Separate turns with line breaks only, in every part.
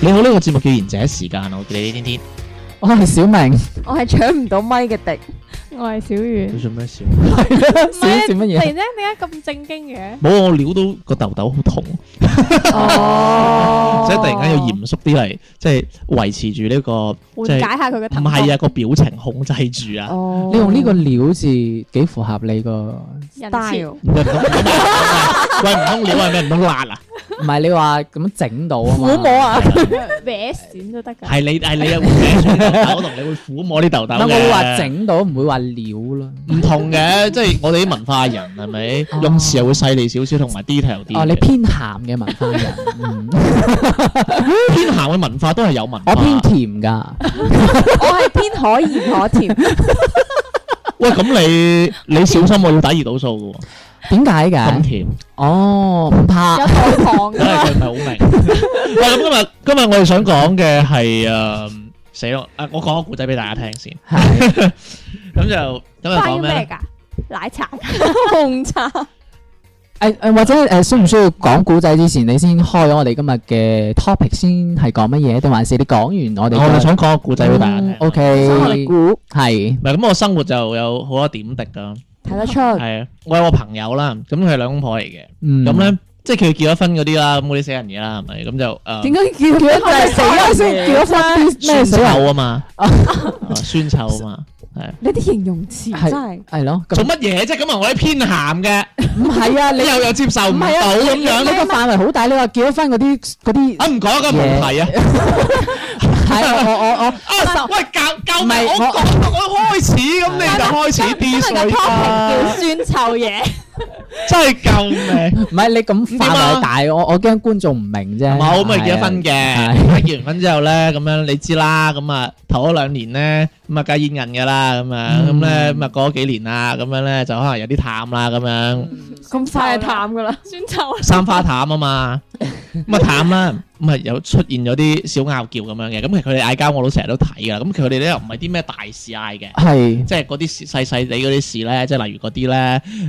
你好，呢、個節目叫賢者時間，我叫你呢天天，我
哦
係小明。
我係搶唔到咪嘅迪，
我係小魚。
你做咩笑？
唔係啊
笑乜
突然
嘢？
之間點解咁正經嘅？
冇，我撩到個痘痘好痛，
哦
即係突然間要嚴肅啲嚟，即係維持住呢個
緩解下佢嘅
唔
疼痛。
係啊個表情控制住啊。
哦
你用呢個料字幾符合你個？
人設
style，
唔係唔通喂唔通撩係咩？唔通辣啊？
唔係你話咁樣整到啊嘛？
父母啊，
搲閃都得㗎。
係你係你啊！會搲住啲痘痘，同你會撫摸啲痘痘
唔係
嘅。
我會話整到，唔會話料啦。
唔同嘅，即係我哋啲文化人係咪
哦
用詞又會細膩少少，同埋 detail 啲嘅。
哦，你偏鹹嘅文化人，嗯
偏行嘅文化都係有文化。
我哦偏甜 㗎。
我係偏可鹽可甜，
喂，咁你你小心我要打胰島素嘅
點解
喎，咁
嘅？
甜，
哦，唔怕
有。代糖㗎
梗係
嘛
佢唔係好明。喂，咁今日今日我哋想講嘅係誒死咯！誒，我講個故仔俾大家聽先。 咁就今日
關於
講咩
咩
咧？
㗎？奶茶、紅茶。
誒誒，或者誒，需唔需要講古仔之前，你先開咗我哋今日嘅 topic 先係講乜嘢？定還是你講完我哋嘅？
我哋想講個故仔俾大家聽。
O
所以我哋
K，
估
係
唔係咁，我生活就有好多點滴噶。
睇得出，
係啊，我有個朋友啦，咁佢係兩公婆嚟嘅，
嗯
咁咧即係佢結咗婚嗰啲啦，咁嗰啲死人嘢啦，係咪？咁就誒
點解叫佢就係死咗先叫咗婚
酸
咩死啊？
臭啊嘛，啊酸臭啊嘛。
你啲形容詞
係
真係
係咯，咁
做乜嘢啫？咁啊，我啲偏鹹嘅，
唔係啊？
你
你
又又接受唔
唔
到
係啊，
咁
你你
樣，
呢個範圍好大。你話結咗婚嗰啲嗰 啲
啊唔講咁唔題啊！
係我我我
啊喂，教教
唔
咪
係
我
我
講到我開始，咁你就開始啲水啦，
叫酸臭嘢。
真係救命！
唔係你咁範圍大，我我驚觀眾唔明啫。
冇咪結咗婚
啊係啊
嘅，咁結完婚之後咧，咁樣你知啦，咁啊頭嗰兩年咧，咁啊梗係煙韌噶啦，咁啊
嗯
咁咧咁啊過咗幾年啦，咁樣咧就可能有啲淡啦，咁樣。
咁快就淡㗎啦，
酸臭啊。
三花淡啊嘛，咁啊淡啦，咁啊有出現咗啲小拗撬咁樣嘅，咁其實佢哋嗌交我都成日都睇噶，咁佢哋咧又唔係啲咩大事嗌嘅，
係
即係嗰啲細細地嗰啲事咧，即係例如嗰啲咧，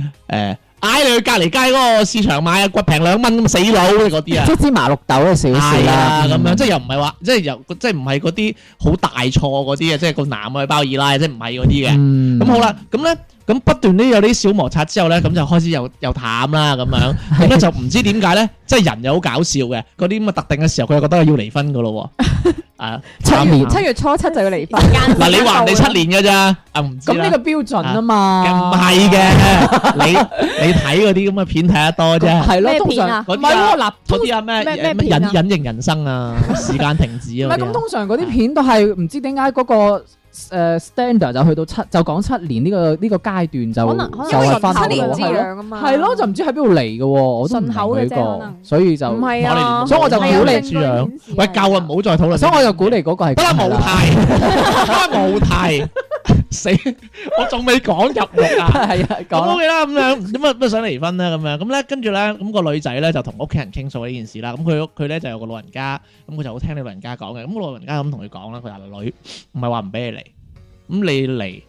誒嗌你去隔離街嗰個市場買啊，骨平兩蚊咁死佬嗰啲啊
即。係芝麻綠豆嘅小事
係
啦
啊，，咁樣即係
係
又唔係話，即係又即係唔係嗰啲好大錯嗰啲啊，即係個男去包二奶，即係唔係嗰啲嘅。
嗯
咁好，啦，咁咧，咁不斷都有啲小摩擦之後咧，咁就開始又又淡啦，咁樣，咁咧就唔知點解咧，即係人又好搞笑嘅，嗰啲咁嘅特定嘅時候，佢又覺得要離婚噶咯喎，啊，
七
淡
月
然
七月初七就要離婚，
嗱你話人哋七年嘅咋，啊唔知
咁
啦
呢個標準啊
嘅唔
嘛，
係 嘅，你你睇嗰啲咁嘅片睇 得多
咁
啫，
係咯，
咩
通
片
常
啊
嗰
唔
啲啊
係喎嗱，
嗰
通
啲啊咩
咩咩
咩
片
隱
啊
隱形人生啊，時間停止
唔
啊
係
嗰啲啊
咁，通常嗰啲片都係唔知點解嗰個。誒 standard 就去到七，就講七年呢個呢個階段就
可能可能
就
因為
係
七
分
年之
係咯
癢啊嘛
係咯，就唔知喺邊度嚟嘅喎，我都唔明
順口嘅
佢
啫可
個
能，
所以就
唔係
我哋
啊，
所以我就
唔好
鼓
理
勵
住樣，喂夠啊，唔好再討論，
所以我就估你嗰個係
得啦，
咁
冇
啦
題，得啦，冇題，死！我仲未講入目啊。
係啊，
咁
講啦
OK 啦，咁樣咁啊，乜想離婚啦，咁樣咁咧，跟住咧，咁個女仔咧就同屋企人傾訴呢件事啦。咁佢佢咧就有個老人家，咁佢就好聽你老人家講嘅。咁個老人家咁同佢講啦，佢話女唔係話唔俾你嚟，咁你嚟，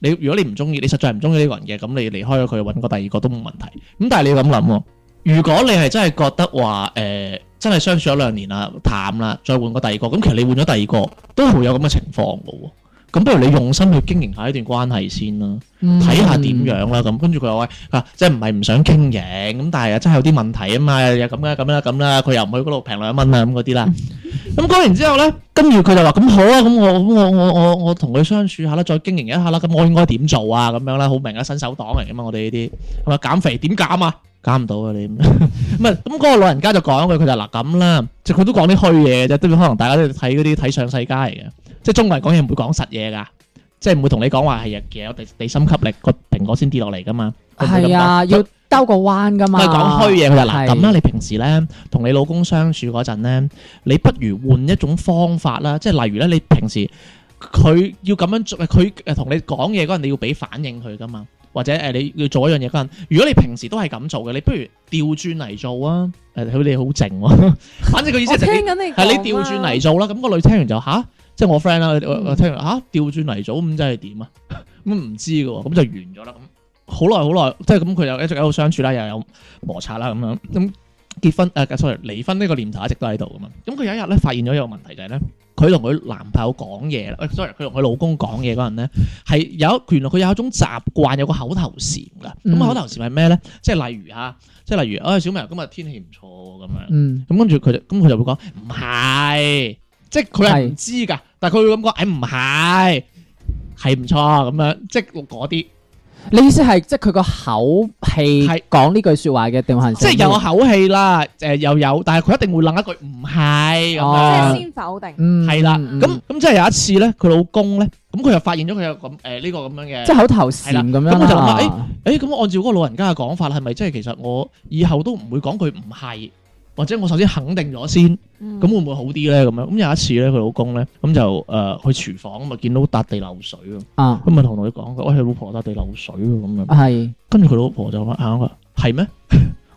你如果你唔中意，你實在唔中意呢個人嘅，咁你離開咗佢，揾個第二個都冇問題。咁但係你要咁諗喎，如果你係真係覺得話誒、呃真係相處咗兩年啦，淡啦，再換個第二個，咁其實你換咗第二個都會有咁嘅情況嘅喎。咁不如你用心去經營下呢段關係先啦。
嗯
睇下點樣啦咁，跟住佢話喂啊，即係唔係唔想傾贏咁，但係又真係有啲問題啊嘛，又咁啦咁啦咁啦，佢又唔去嗰度平兩蚊啊咁嗰啲啦。咁講完之後咧，跟住佢就話咁好啊，咁我咁我我我我同佢相處下啦，再經營一下啦，咁我應該點做啊？咁樣啦，好明啊，新手黨嚟噶嘛，我哋呢啲係咪減肥點減啊？減唔到啊你咁， 唔係咁嗰個老人家就講佢，佢就嗱咁啦，即係佢都講啲虛嘢嘅啫，都可能大家都睇嗰啲睇上世界嚟嘅，即係中國人講嘢唔會講實嘢㗎。即即係唔會同你講話係其實有地地心吸力個蘋果先跌落嚟噶嘛。佢唔會咁
係啊，
講
要兜個彎
啊
噶嘛。
佢係講虛嘢，佢就嗱
係
咁啦。你平時咧同你老公相處嗰陣咧，你不如換一種方法啦，即係例如咧，你平時佢要咁樣做，佢誒同你講嘢嗰陣，你要俾反應佢噶嘛，或者誒你要做一樣嘢嗰陣，如果你平時都係咁做嘅，你不如調轉嚟做啊！誒，佢哋好靜喎， 反正佢意思
我
係
聽
你啊
緊你啊
係你調轉嚟做啦。咁個女聽完就吓，即係我 friend 啦，我我聽完吓調轉嚟做，咁真係點啊？咁唔知嘅喎，咁就完咗啦。咁好耐好耐，即係咁佢又一直喺度相處啦，又有摩擦啦咁樣。咁結婚誒、呃、sorry 離婚呢個念頭一直都喺度噶嘛。咁佢有一日咧發現咗一個問題就係咧，佢同佢男朋友講嘢啦、呃、，sorry 佢同佢老公講嘢嗰陣咧，係有一原來佢有一種習慣，有個口頭禪㗎。咁、
嗯
口頭禪係咩咧？即係例如嚇，即係例如，啊、小明今日天氣唔錯喎咁樣。
嗯，
咁跟住佢就咁佢就會講唔係，即係佢係唔
係
知㗎，但係佢會咁講，誒唔係，係唔錯咁樣，即係嗰啲，
嗯你意思係即係佢個口氣
係
講呢句說話嘅定還是
即係有口氣啦，誒又有，但係佢一定會諗一句唔係咁
哦
即
樣
係，先否定。
嗯
係啦。
嗯
咁咁即係有一次咧，佢老公咧，咁佢又發現咗佢有咁誒呢個咁樣嘅
即。係口頭禪咁樣
咁我就諗
啦
下誒咁按照嗰個老人家嘅講法，係咪即係其實我以後都唔會講佢唔係，或者我首先肯定咗先，嗯咁會唔會好啲咧？咁樣咁有一次咧，佢老公咧咁就誒、呃去廚房咁啊，見到笪地漏水啊，
啊，
咁啊同佢講佢喂老婆笪地漏水啊咁樣，
係
跟住佢老婆就話啊，佢話係咩？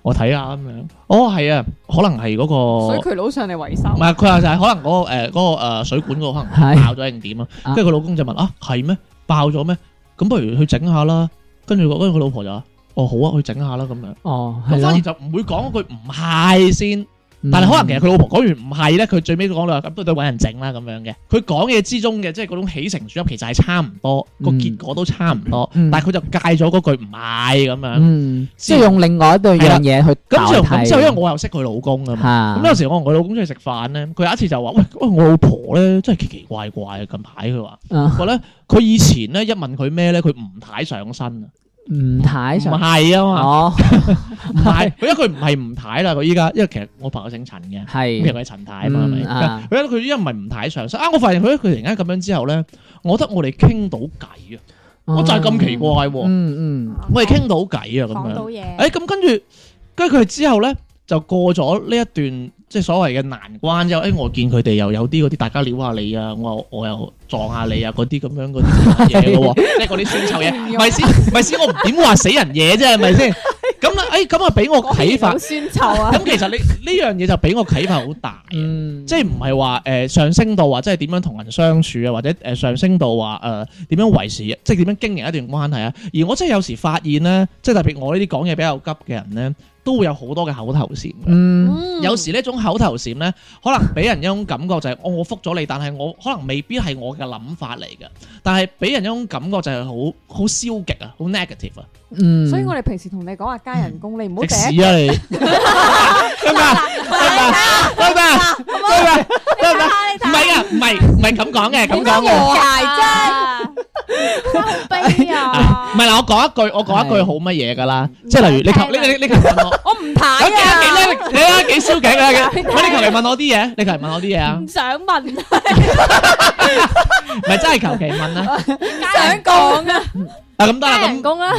我睇下咁樣，哦係啊，可能係嗰、
所以
個。
佢佬上嚟維修
唔，係，佢話就係可能嗰、個誒、呃嗰個呃水管嗰個可能
係
爆咗定點啊，跟住佢老公就問啊係咩爆咗咩？咁不如去整下啦。跟住跟住佢老婆就話：哦好啊，去整下啦咁樣。
哦，係
咁反而
咯，
就唔會講嗰句唔係先，
嗯
但係可能其實佢老婆講完唔係咧，佢最尾講兩句咁都得揾人整啦咁樣嘅。佢講嘢之中嘅即係嗰種起承轉合，其實係差唔多，個
嗯
結果都差唔多，
嗯
但係佢就戒咗嗰句唔係咁樣。
嗯，即係用另外一對樣嘢去代
咁之後咁
替
之後，因為我又識佢老公啊嘛。
嚇
咁有時我同我老公出去食飯咧，佢有一次就話：喂，喂我老婆咧真係奇奇怪怪啊！近排佢話，
啊
佢咧佢以前咧一問佢咩咧，佢唔太上身啊，
唔
唔
太上
係啊嘛，
哦，
唔係，佢因為佢唔係唔太啦，佢依家因為其實我朋友姓陳嘅，咁其
係
實佢係陳太啊嘛，係咪
嗯啊？
佢佢依家唔係唔太上身啊！我發現佢佢突然間咁樣之後咧，我覺得我哋傾到偈啊，我就係咁奇怪
哦。
喎，
嗯嗯，
我哋傾到偈啊咁
講
樣
到。嘢，
誒咁跟住，跟住佢之後咧就過咗呢一段即係所謂嘅難關之後，誒哎我見佢哋又有啲嗰啲大家撩下你啊，我又我又撞下你啊嗰啲咁樣嗰啲 嘢咯喎，即係嗰啲酸臭嘢，咪先咪先，我唔點話死人嘢啫，係咪先？咁啦，誒咁啊俾我啟發
好，酸臭啊！
咁其實你呢樣嘢就俾我啟發好大。啊
嗯，
即係唔係話誒上升到啊話即係點樣同人相處啊，或者誒、呃上升到話誒點樣維持，即係點樣經營一段關係啊。而我真係有時發現咧，即係特別我呢啲講嘢比較急嘅人咧，都會有好多嘅口頭禪嘅。
嗯
嗯
有時呢種口頭禪咧，可能俾人一種感覺就係、哦我覆咗你，但係我可能未必係我嘅諗法嚟嘅，但係俾人一種感覺就係好好消極啊，好 negative 啊，
嗯，
所以我哋平時同你講話加人工，你唔好
食
第一
屎啊你， 得唔得？得唔得？得唔得？得唔得？唔係啊，唔係唔係咁講嘅，咁講嘅。
解啫，好悲啊！
唔係嗱，我講一句，我講一句
係
好乜嘢㗎啦，即係例如你求你你你求問我，
我唔睇
有幾
à.
啊幾
啊，
叻，你啊幾消極啊幾，喂你求其問我啲嘢，你求其問我啲嘢啊
唔，想問，
唔係真係求其問啦，
想講啊，
啊咁得啦，
加人
咁
工啦，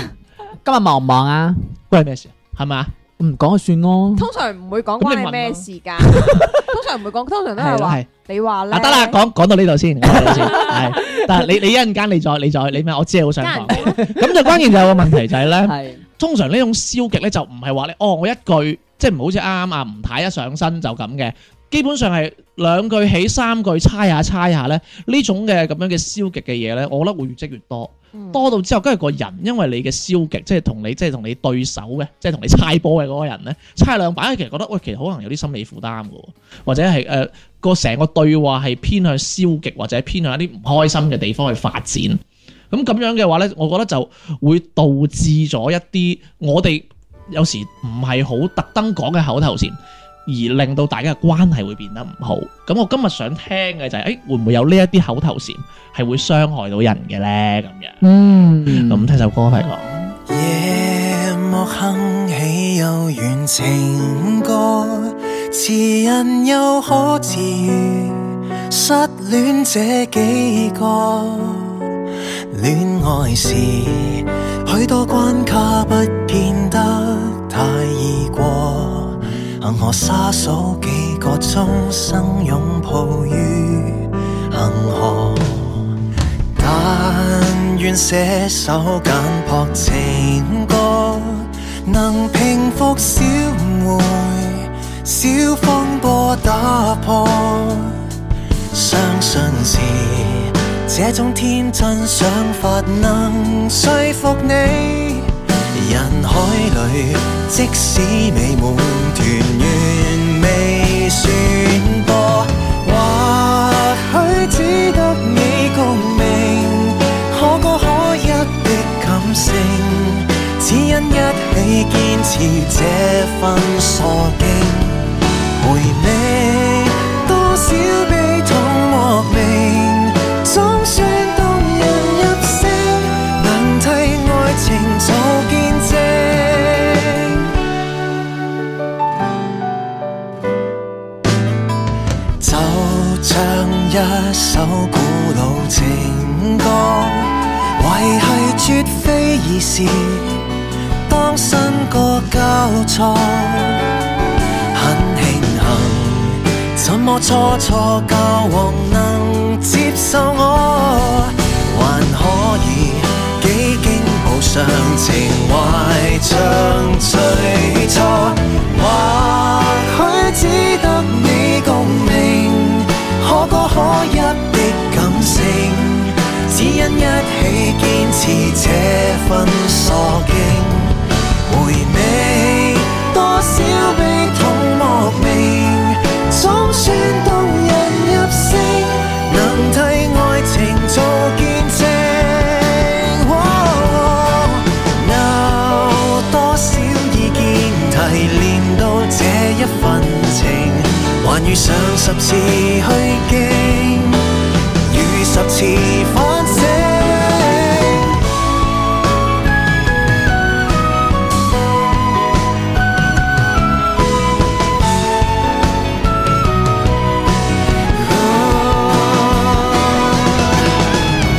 今日忙唔忙啊？
關你咩事啊？係咪啊？
唔講就算咯。
通常唔會講
咁
關
你問
你咩
咯
事㗎，通常唔會講，通常都係啊
係啦
話
係，
你話咧，
嗱得啦，講講到呢度先，講到呢度先，係，但係你你一陣間你再你再你咩？我知你好想講，咁就關鍵就有個問題就係咧。
係
通常呢種消極咧就唔係話你哦，我一句即係唔好似啱啱啊吳太一上身就咁嘅，基本上係兩句起三句猜下猜下咧，呢種嘅咁樣嘅消極嘅嘢咧，我覺得會越積越多，
嗯
多到之後跟住個人因為你嘅消極，即係同你即係同你對手嘅，即係同你猜波嘅嗰個人咧，猜兩把，其實覺得喂，其實可能有啲心理負擔嘅喎，或者係誒個成個對話係偏向消極或者偏向一啲唔開心嘅地方去發展。咁咁樣嘅話咧，我覺得就會導致咗一啲我哋有時唔係好特登講嘅口頭禪，而令到大家嘅關係會變得唔好。咁我今日想聽嘅就係、誒、哎會唔會有呢一啲口頭禪係會傷害到人嘅咧？咁樣，
嗯
咁聽首歌嚟講。
夜幕哼起幽怨情歌，詞人又可 自愈。失戀這幾個，戀愛時，許多關卡不見得太易過。恒河沙數幾個鐘，生擁抱於恒河。但願寫首簡樸情歌，能平復小誤會，小風波打破。相信是這種天真想法能說服你。人海裏，即使美滿團圓未算多，或許只得你共鳴，可歌可泣的感性，只因一起堅持這份傻勁。回味多少悲痛莫名，總算動人入聲，能替愛情做見證。就像一首古老情歌，維繫絕非易事，當新歌交錯。很慶幸，怎麼初初交往能接受我，還可以幾經補償，情懷像最初，或許只得你共鳴，可歌可泣的感性，只因一起堅持這份傻勁。回味多少悲痛莫名，總算動人入聲，能替愛情做見證。哦拗多少意見提煉到這一份情，還遇上十次虛驚，與十次反省。或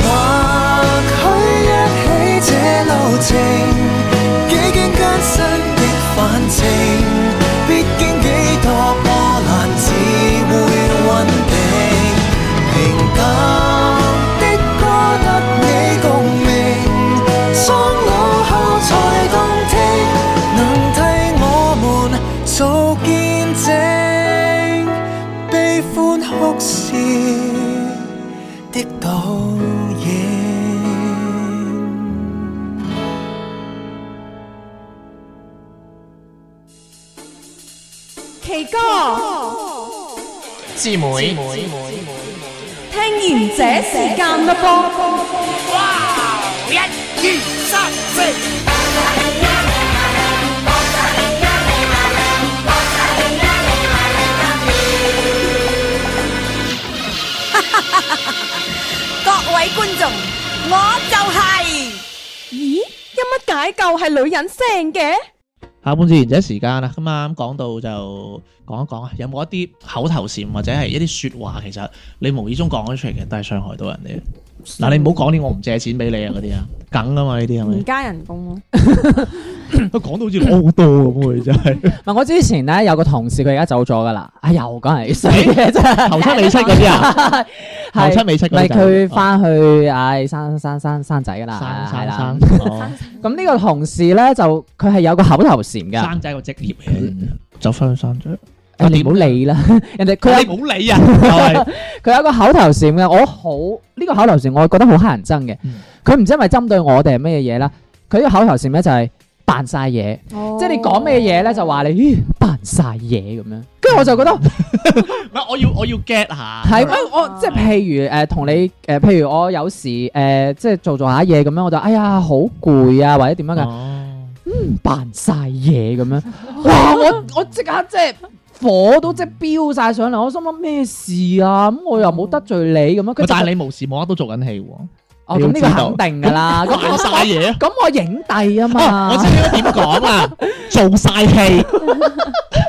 許一起這路程，幾經艱辛的返程，必經幾多波瀾，只會穩定。平淡的歌得你共鳴，終老後才動聽，能替我們做見證，悲歡哭笑。的倒影。
奇哥，
姊妹，
聽完這時間啦噃。
各位觀眾，我就係
咦，有乜解救係女人聲嘅？
下半節賢者時間啊啦，咁啱講到就講一講啊，有冇一啲口頭禪或者係一啲説話，其實你無意中講咗出嚟嘅，都係傷害到人哋。嗱，你唔好講啲我唔借錢俾你啊嗰啲啊，梗啊嘛呢啲係
唔
咪？
加人工咯，
佢講到好似攞好多咁喎，真係
唔係我之前咧有個同事佢而家走咗噶啦，啊又講人哋衰嘅真係，
頭七尾七嗰啲啊，頭七
係
尾七
唔
嗰
係
啲就 係哦
佢翻去唉生生生生仔噶啦，
生
係
生
啦。
生哦
咁呢個同事咧就佢係有個口頭禪㗎，
哦生仔 個職業嚟嘅，走翻去生仔。
誒你唔好理啦， 人哋佢有
你冇理 啊，就係
佢有一個口頭禪嘅，我好呢、個口頭禪，我覺得好乞人憎嘅
嗯。
佢唔、知係咪針對我哋係咩嘢啦？佢呢個口頭禪咧就係扮晒嘢，
哦
哦
即係你講咩嘢咧就話你咦扮晒嘢咁樣。跟住我就覺得
嗯唔係我要我要 get 下，
係，我即係譬如誒同、你誒、譬如我有時誒、即係做做下嘢咁樣，我就哎呀好攰啊，或者點樣嘅，
哦
扮晒嘢咁 樣。哇！我我即刻即係。火都即係飆晒上嚟，我心諗咩事啊？咁我又冇得罪你咁樣，跟住
但係你無時無刻都做緊戲 喎。
哦，咁呢個肯定㗎 啦。咁
扮
我
晒嘢啊！
咁我影帝啊
啊 我
嘛
啊知，應該點講啦，做晒戲，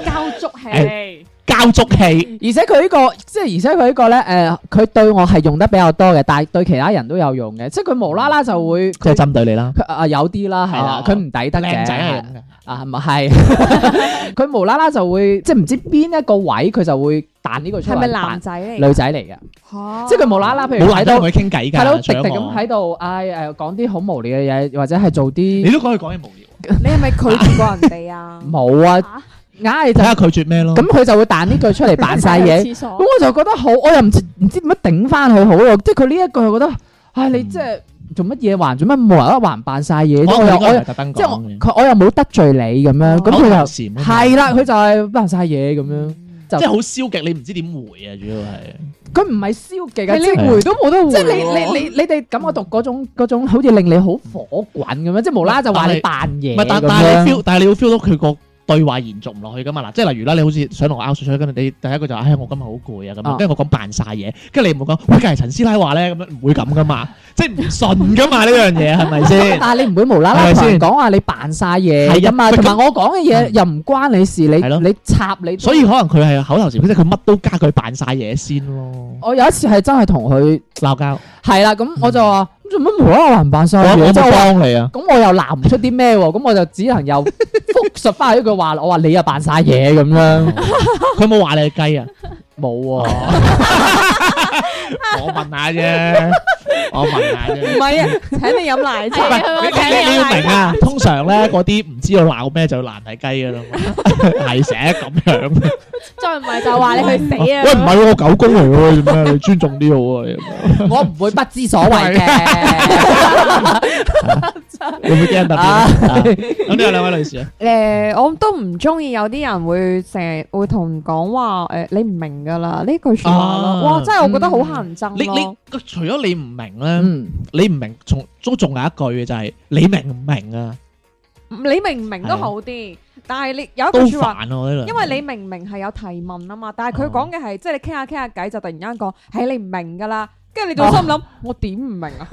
交足
係
氣，
交交足氣，
而且佢呢個即係而且佢呢個咧誒，佢對我係用得比較多嘅，但係對其他人都有用嘅，即係佢無啦啦就會
即係
佢
針對你啦。
佢啊有啲啦，係啦
哦，
佢唔抵得嘅
靚仔係咁嘅，
啊，咪係 佢無啦啦就會即係唔知邊一個位佢就會彈呢個出嚟，
係咪男仔嚟？
扮女仔嚟嘅？
嚇
即係佢無啦啦，譬如
冇
睇
賴得
到
同佢傾偈㗎。
睇到迪
除咗
迪
我
咁喺度，唉誒講啲好無聊嘅嘢，或者係做
你
啲
都講佢講嘢無聊，啊
你係咪拒絕過人哋 啊？
冇啊，
嚇
硬係
睇
就
下拒絕咩咯。
咁佢就會彈呢句出嚟扮晒 嘢。
廁所
咁我就覺得好，我又唔知唔知點樣頂翻佢好咯。即係佢呢一句，我覺得，唉，
嗯
你即係做乜嘢還做乜冇人還扮晒嘢啫，
我
我又
應
我
該唔
又
係特登
即係我
哦講嘅。
佢我又冇得罪你咁樣，咁
口頭
佢
禪
就
啊嘛
係啦，佢就係扮晒嘢咁樣，就
即係好消極，你唔知點回啊！主要係
佢唔係消極嘅，
係
即係
你回都冇得回
即係你
喎
你你你哋感覺到嗰種嗰種好似令你好火滾咁樣，即係無啦啦就話你扮嘢
唔係，但
咁
但係你
樣。
feel，但係你要 feel 到佢個對話延續唔落去噶嘛？嗱，即係例如啦，你好似想同我拗水水，跟住你第一個就話唉，我今日好攰啊咁樣，
啊
跟住我講扮晒嘢，跟住你唔好講，喂，梗係陳師奶話咧，咁樣唔會咁噶嘛，即係唔信噶嘛呢樣嘢係咪先？
但係你唔會無啦啦
係
同
咪
人
先
講話你扮晒嘢
係
㗎
啊
嘛，
喂
同埋
咁
我講嘅嘢
嗯
又唔關你事，你
係咯
你插你都
所以可能佢係口頭禪，即係佢乜都加，佢扮晒嘢先咯，
我有一次係真係同佢。
鬧交。
係啦，咁
嗯
我就話咁做乜無啦啦還扮晒嘢，即係我話
你啊！
咁我又鬧唔出啲咩喎，咁我就只能又 復述翻佢一句話，我話你又扮晒嘢咁 樣，
佢有冇話你係雞啊？
冇喎，
我問下啫，我問下啫。
唔係啊，請你飲奶 茶。
你你你要明啊！通常咧，嗰啲唔知道鬧咩就難係雞噶啦嘛，係成日咁樣。
再唔係就話你去死啊！
喂，唔係喎，我狗公嚟喎，做咩？你尊重啲好啊！
我唔會不知所謂嘅。
你會唔會驚特別
啊
啊？咁呢有兩位女士啊，
誒，我都唔中意有啲人會成日會同講話誒，你唔明㗎啦呢句説話咯。
啊
哇，真係我覺得好乞人憎
你
咯。
你除咗你唔明咧，
嗯，
你唔明，仲都仲有一句嘅就係你明唔明啊？
你明唔明都好啲，但係你有一
都
句説話。
煩啊！我呢 兩
因為你明明係有提問啊嘛，但係佢
哦
講嘅係即係你傾下傾下偈就突然間講，係你唔明㗎啦，跟住你就心諗我點唔明啊？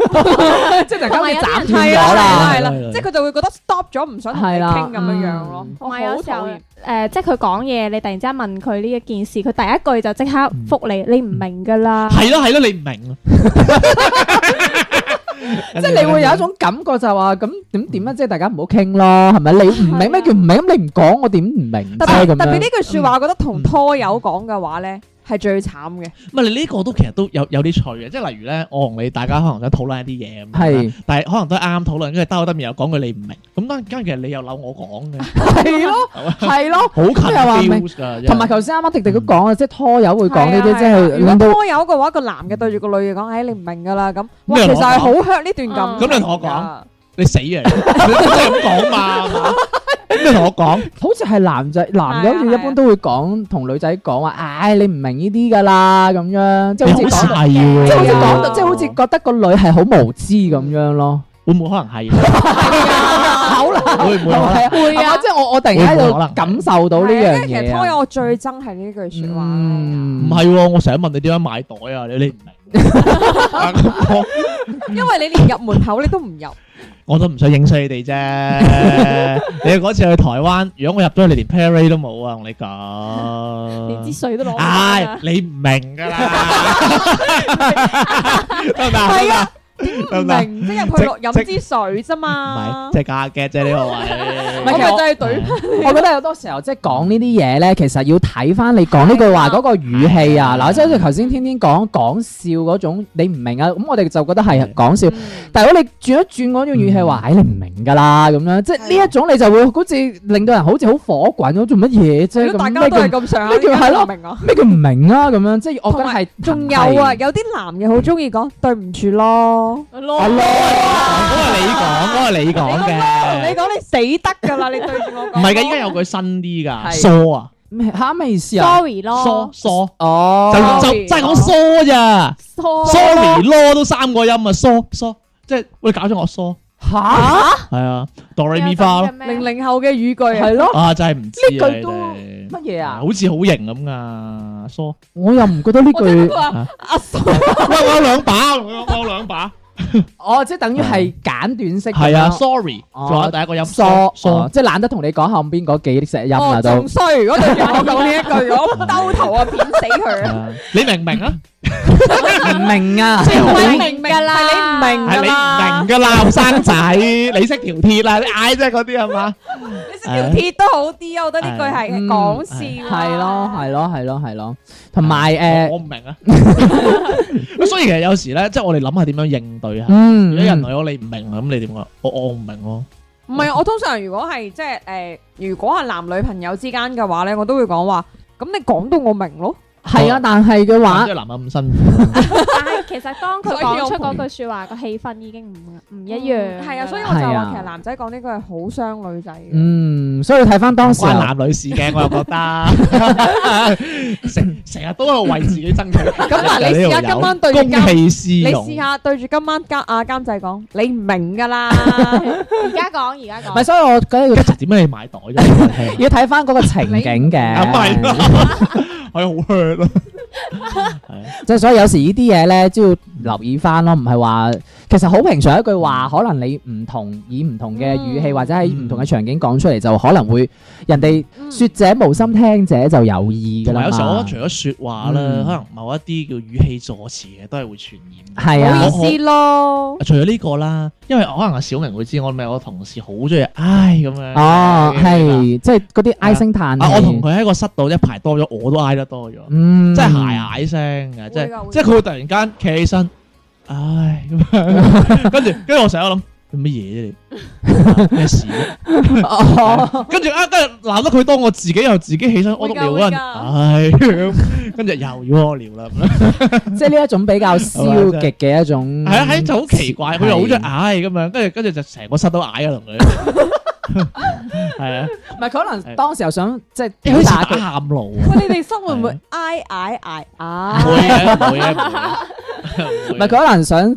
即係突然間好似斬斷
係啊
咗啦，係
係啦
啦
係啦，
即係佢就會覺得 stop 咗，唔想同你
係啦
傾咁樣樣咯
嗯。
我
同
好
埋有時候
討
啊誒
厭，、
即係佢講嘢，你突然之間問佢呢一件事，佢第一句就即刻覆你，你唔明㗎啦。
係咯係咯，你唔明啊！
即係 你會有一種感覺就話咁點點啊，即係大家唔好傾咯，係咪？你唔明咩叫唔明？咁你唔講我點唔明啫
特別
咁
特別
樣？
呢句説話，我覺得同拖友講嘅話咧係最慘嘅。
唔係你呢個都其實都有有啲趣嘅，即係例如咧，我同你大家可能想討論一啲嘢咁樣啦，
係
但係可能都係啱啱討論，跟住兜得面又講句你唔明，咁當然跟住其實你又扭我 講嘅，
係咯，係咯。
好
咁又話
近 feel
明
㗎，
同埋頭先啱啱迪迪都講啦，即係拖友會講呢
係
啲，
啊
即
係啊
係
如果
令到
拖友嘅話，個男嘅對住個女嘅講，唉，你唔明㗎啦咁，哇，
咩
其
同我
實係好 hurt 呢段感
嗯
情㗎。
咁你同我講你死啊！你真係咁講嘛？係 嘛咁你同我講，
好似係男仔，男嘅好似一般都會講同女仔講話，唉，你唔明呢啲㗎啦，咁樣即係好似
你好
講
細
到，
喎，
即係好似
係啊
講到，即係好似覺得個女係好無知咁樣 咯。
會唔會可能係？啊
好啦，
會唔會可
係
能？
啊，
會啊
係嘛即係我我突然間
會唔會
喺
可能
度感受到呢樣
因為其實拖
嘢
友
啊。
我最憎係呢句説話。
唔
嗯，
係喎，我成日問你點樣買袋啊？你你唔明，啊 咁我
因為你連入門口你都唔入，
我都唔想影衰你 哋啫。你嗰次去台灣，如果我入咗去，你連 Perry 都冇啊！我同你
連支
講，
水都攞唔到
唉
啊，
你唔明噶 啦，
係啊唔
得唔得？得唔得？
明即係入去落飲支水啫
唔
嘛
係，即。係假嘅啫呢個位。
我
唔係
咪
其實
就
我
係懟
我覺得有多時候即係講呢啲嘢咧，其實要睇翻你講呢句話嗰個語氣啊。嗱，即係好似頭先天天講講笑嗰種，你唔明啊，咁我哋就覺得係嗯講
Ừ.
笑。但係如果你轉一轉嗰種語氣話，唉，你唔明㗎啦咁樣，即係呢一種你就會好似令到人好似好火滾咁，做乜嘢啫？
如果大
咁
家
咩
都係
叫
咁上下，
呢叫
點解
係咯
唔明啊。
咩叫唔明啊？咁樣即係我覺得
同埋
係
仲有啊，，有啲男嘅好中意講對唔住咯，
係
嗰
啊
個係你講，嗰個係你講
你
嘅，
講你死得㗎啦，你對住我講。
唔係嘅。依家有句新啲㗎，
係
疏啊，
咩嚇咩意思 啊？
sorry
疏
咯
疏，
哦
就就真係講疏咋。sorry
啊
咯都三個音啊，疏疏，即係會搞咗我疏，
嚇
係啊，do re
有
mi
咁
fa
嘅
咯，
咩啊
零零後嘅語句啊
係咯，
啊真係唔知啊
呢句都
你哋
乜嘢啊
好似好型咁噶， 疏，
我又唔覺得呢句
佢話阿叔
喂我有兩把，我有我有兩把，
哦，即係等於係簡短式咁
係啊
樣
，sorry，
哦
仲有第一個音
疏哦即係懶得同你講後邊嗰幾隻音啦
哦，
都
仲。衰！如果對住我講呢一句，我兜頭啊片死佢啊！
你明唔明啊？
唔明
à.
啊，
即係好
你
明㗎啦
係
嗯
你唔明
係
㗎
你唔
啦，
明㗎啦，後生仔， 你識條鐵啦，你嗌啫嗰啲係嘛？
你 識條鐵都好啲啊！我覺得呢句係
嗯
講笑啊，
係咯，係咯，係咯，係咯，同埋呃
我
誒，
我唔明啊。 咁所以其實有時咧，即係我哋諗下點樣應對啊。
嗯，
如果人類我你唔明啊，咁你點講？我我唔明咯。
唔係，我通常如果係即係誒，如果係男女朋友之間嘅話咧，我都會講話，咁你講到我明咯。
係啊，但係嘅話
即係，男人咁辛苦，
但係其實當佢
所以
講
我
出嗰句説話，個氣氛已經唔唔一樣。
係啊，所以我就
係
話
啊
其實男仔講呢句係好傷女仔嘅。
嗯，所以睇翻當時
關男女事嘅，我又覺得成成日都喺度為自己爭取。
咁嗱，你試下今晚對住
公
監，
器私
你
用，
試下對住今晚監啊監製講，你唔明㗎啦。
而家講，而家
唔係，
講，
所以我覺得要
一齊點解你買袋啫？
要睇翻嗰個情景嘅，
啊，唔係 啦，係好 hurt 咯。
即係所以有時呢啲嘢咧都要留意翻咯，唔係話其實好平常一句話，可能你唔同以唔同嘅語氣
嗯
或者喺唔同嘅
嗯
場景講出嚟，就可能會人哋
Ừ.
説者無心，聽者就有意㗎
同埋
啦
有時候我
嘛
覺。得除咗説話咧，
嗯
可能某一啲叫語氣助詞嘅都係會傳染嘅。
係啊
唔，好意思咯。
除咗呢個啦，因為可能阿小明會知，我咪我同事好中意唉咁樣。
哦，
啊。
係即係嗰啲唉聲嘆
啊，
氣
我同佢喺個室度一排多咗，我都嗌得多咗。
嗯，
即係鞋啊蟹聲嘅，即
會
係
㗎
即係佢會突然間企起身，唉咁樣，跟住跟住我成日諗做乜嘢啫你，咩事啫？
哦
跟住啊，跟住鬧得佢多，我自己又自己起身屙
會㗎
督尿嗰陣，唉咁跟住又要屙尿啦，咁樣
即係呢一種比較消極嘅一種，
係啊，係就好奇怪，佢又好中意唉咁樣，跟住跟住就成個室都嗌啊同佢， 係啊，
唔係佢可能當時又想即係
好
表
似
達
打
佢，
喊路 啊，
喂，你哋生活會唔會挨挨挨
唔
啊？
會嘅，唔會 嘅，
唔
唔會嘅
係佢可能想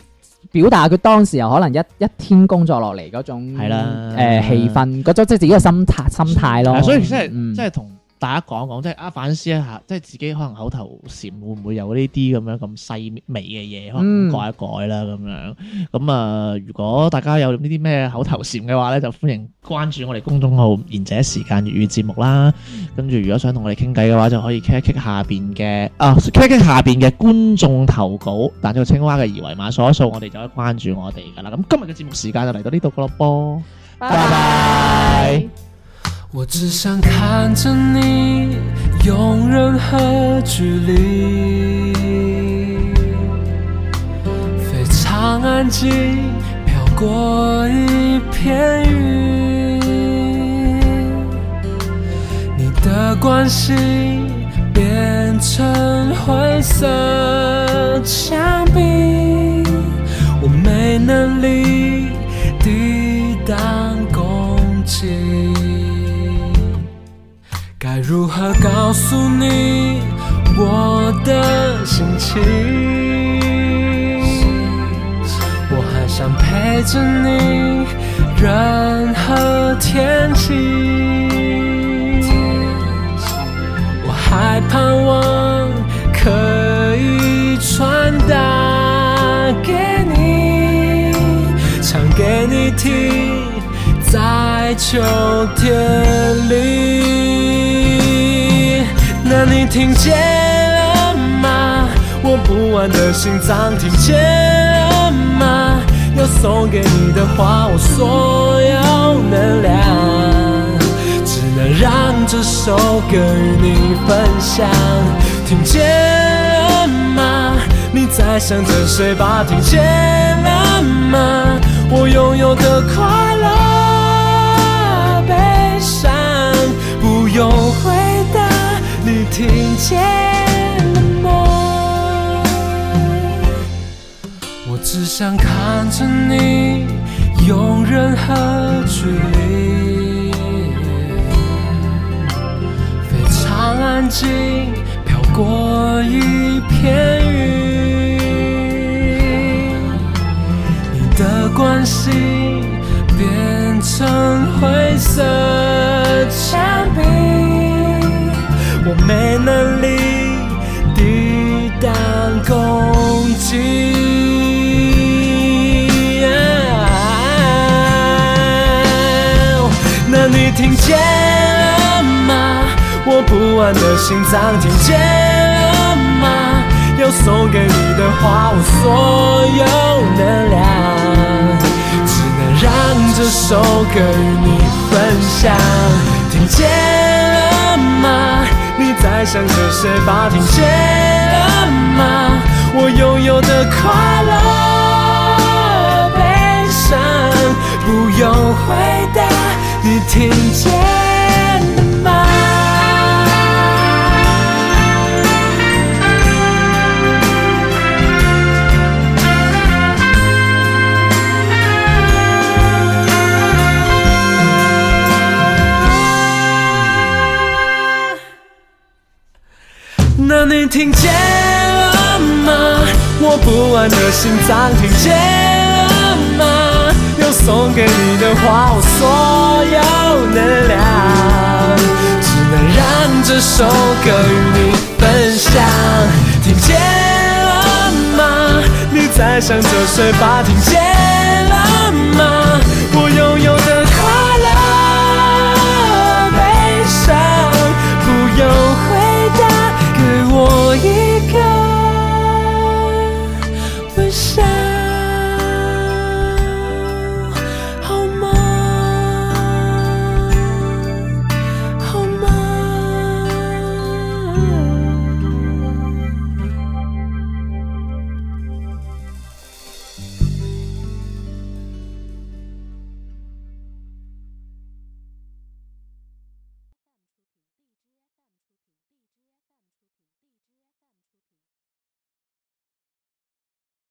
表達佢當時又可能一一天工作落嚟嗰種
係啦
誒氣氛嗰種即係自己嘅心態心態
係
咯，
啊所以即係
嗯
即係同大家講一講，即係啊反思一下，即係自己可能口頭禪會唔會有呢啲咁樣咁細微嘅嘢，可能
嗯
改一改啦咁樣。咁啊，如果大家有呢啲咩口頭禪嘅話咧，就歡迎關注我哋公眾號《賢者時間粵語節目》啦。跟住如果想同我哋傾偈嘅話，就可以 click 一 click 下邊嘅啊，click 一 click 下邊嘅觀眾投稿，彈咗個青蛙嘅二維碼掃一掃，我哋就可以關注我哋噶啦。咁今日嘅節目時間就嚟到呢度噶咯噃，
拜
拜拜。
我只想看着你，有任何距离，非常安静，飘过一片云。你的关心变成灰色墙壁，我没能力抵挡攻击。该如何告诉你我的心情？我还想陪着你，任何天气。我还盼望可以传达给你，唱给你听，在秋天里。那你听见了吗？我不安的心脏听见了吗？要送给你的话，我所有能量。只能让这首歌与你分享。听见了吗？你在想着谁吧？听见了吗？我拥有的快乐、悲伤，不用回答，你听见了吗？我只想看着你，有任何距离，非常安静，飘过一片云。你的关心变成灰色墙壁，我没能力抵挡攻击。听见了吗？我不安的心脏听见了吗？要送给你的话，我所有能量，只能让这首歌与你分享。听见了吗？你在想着谁吧？听见了吗？我拥有的快乐、悲伤，不用回答，你听见了吗？那你听见了吗？我不安的心脏听见了吗？要送给你的话，我所有能量，只能让这首歌与你分享。听见了吗？你在想着谁吧？听见了吗？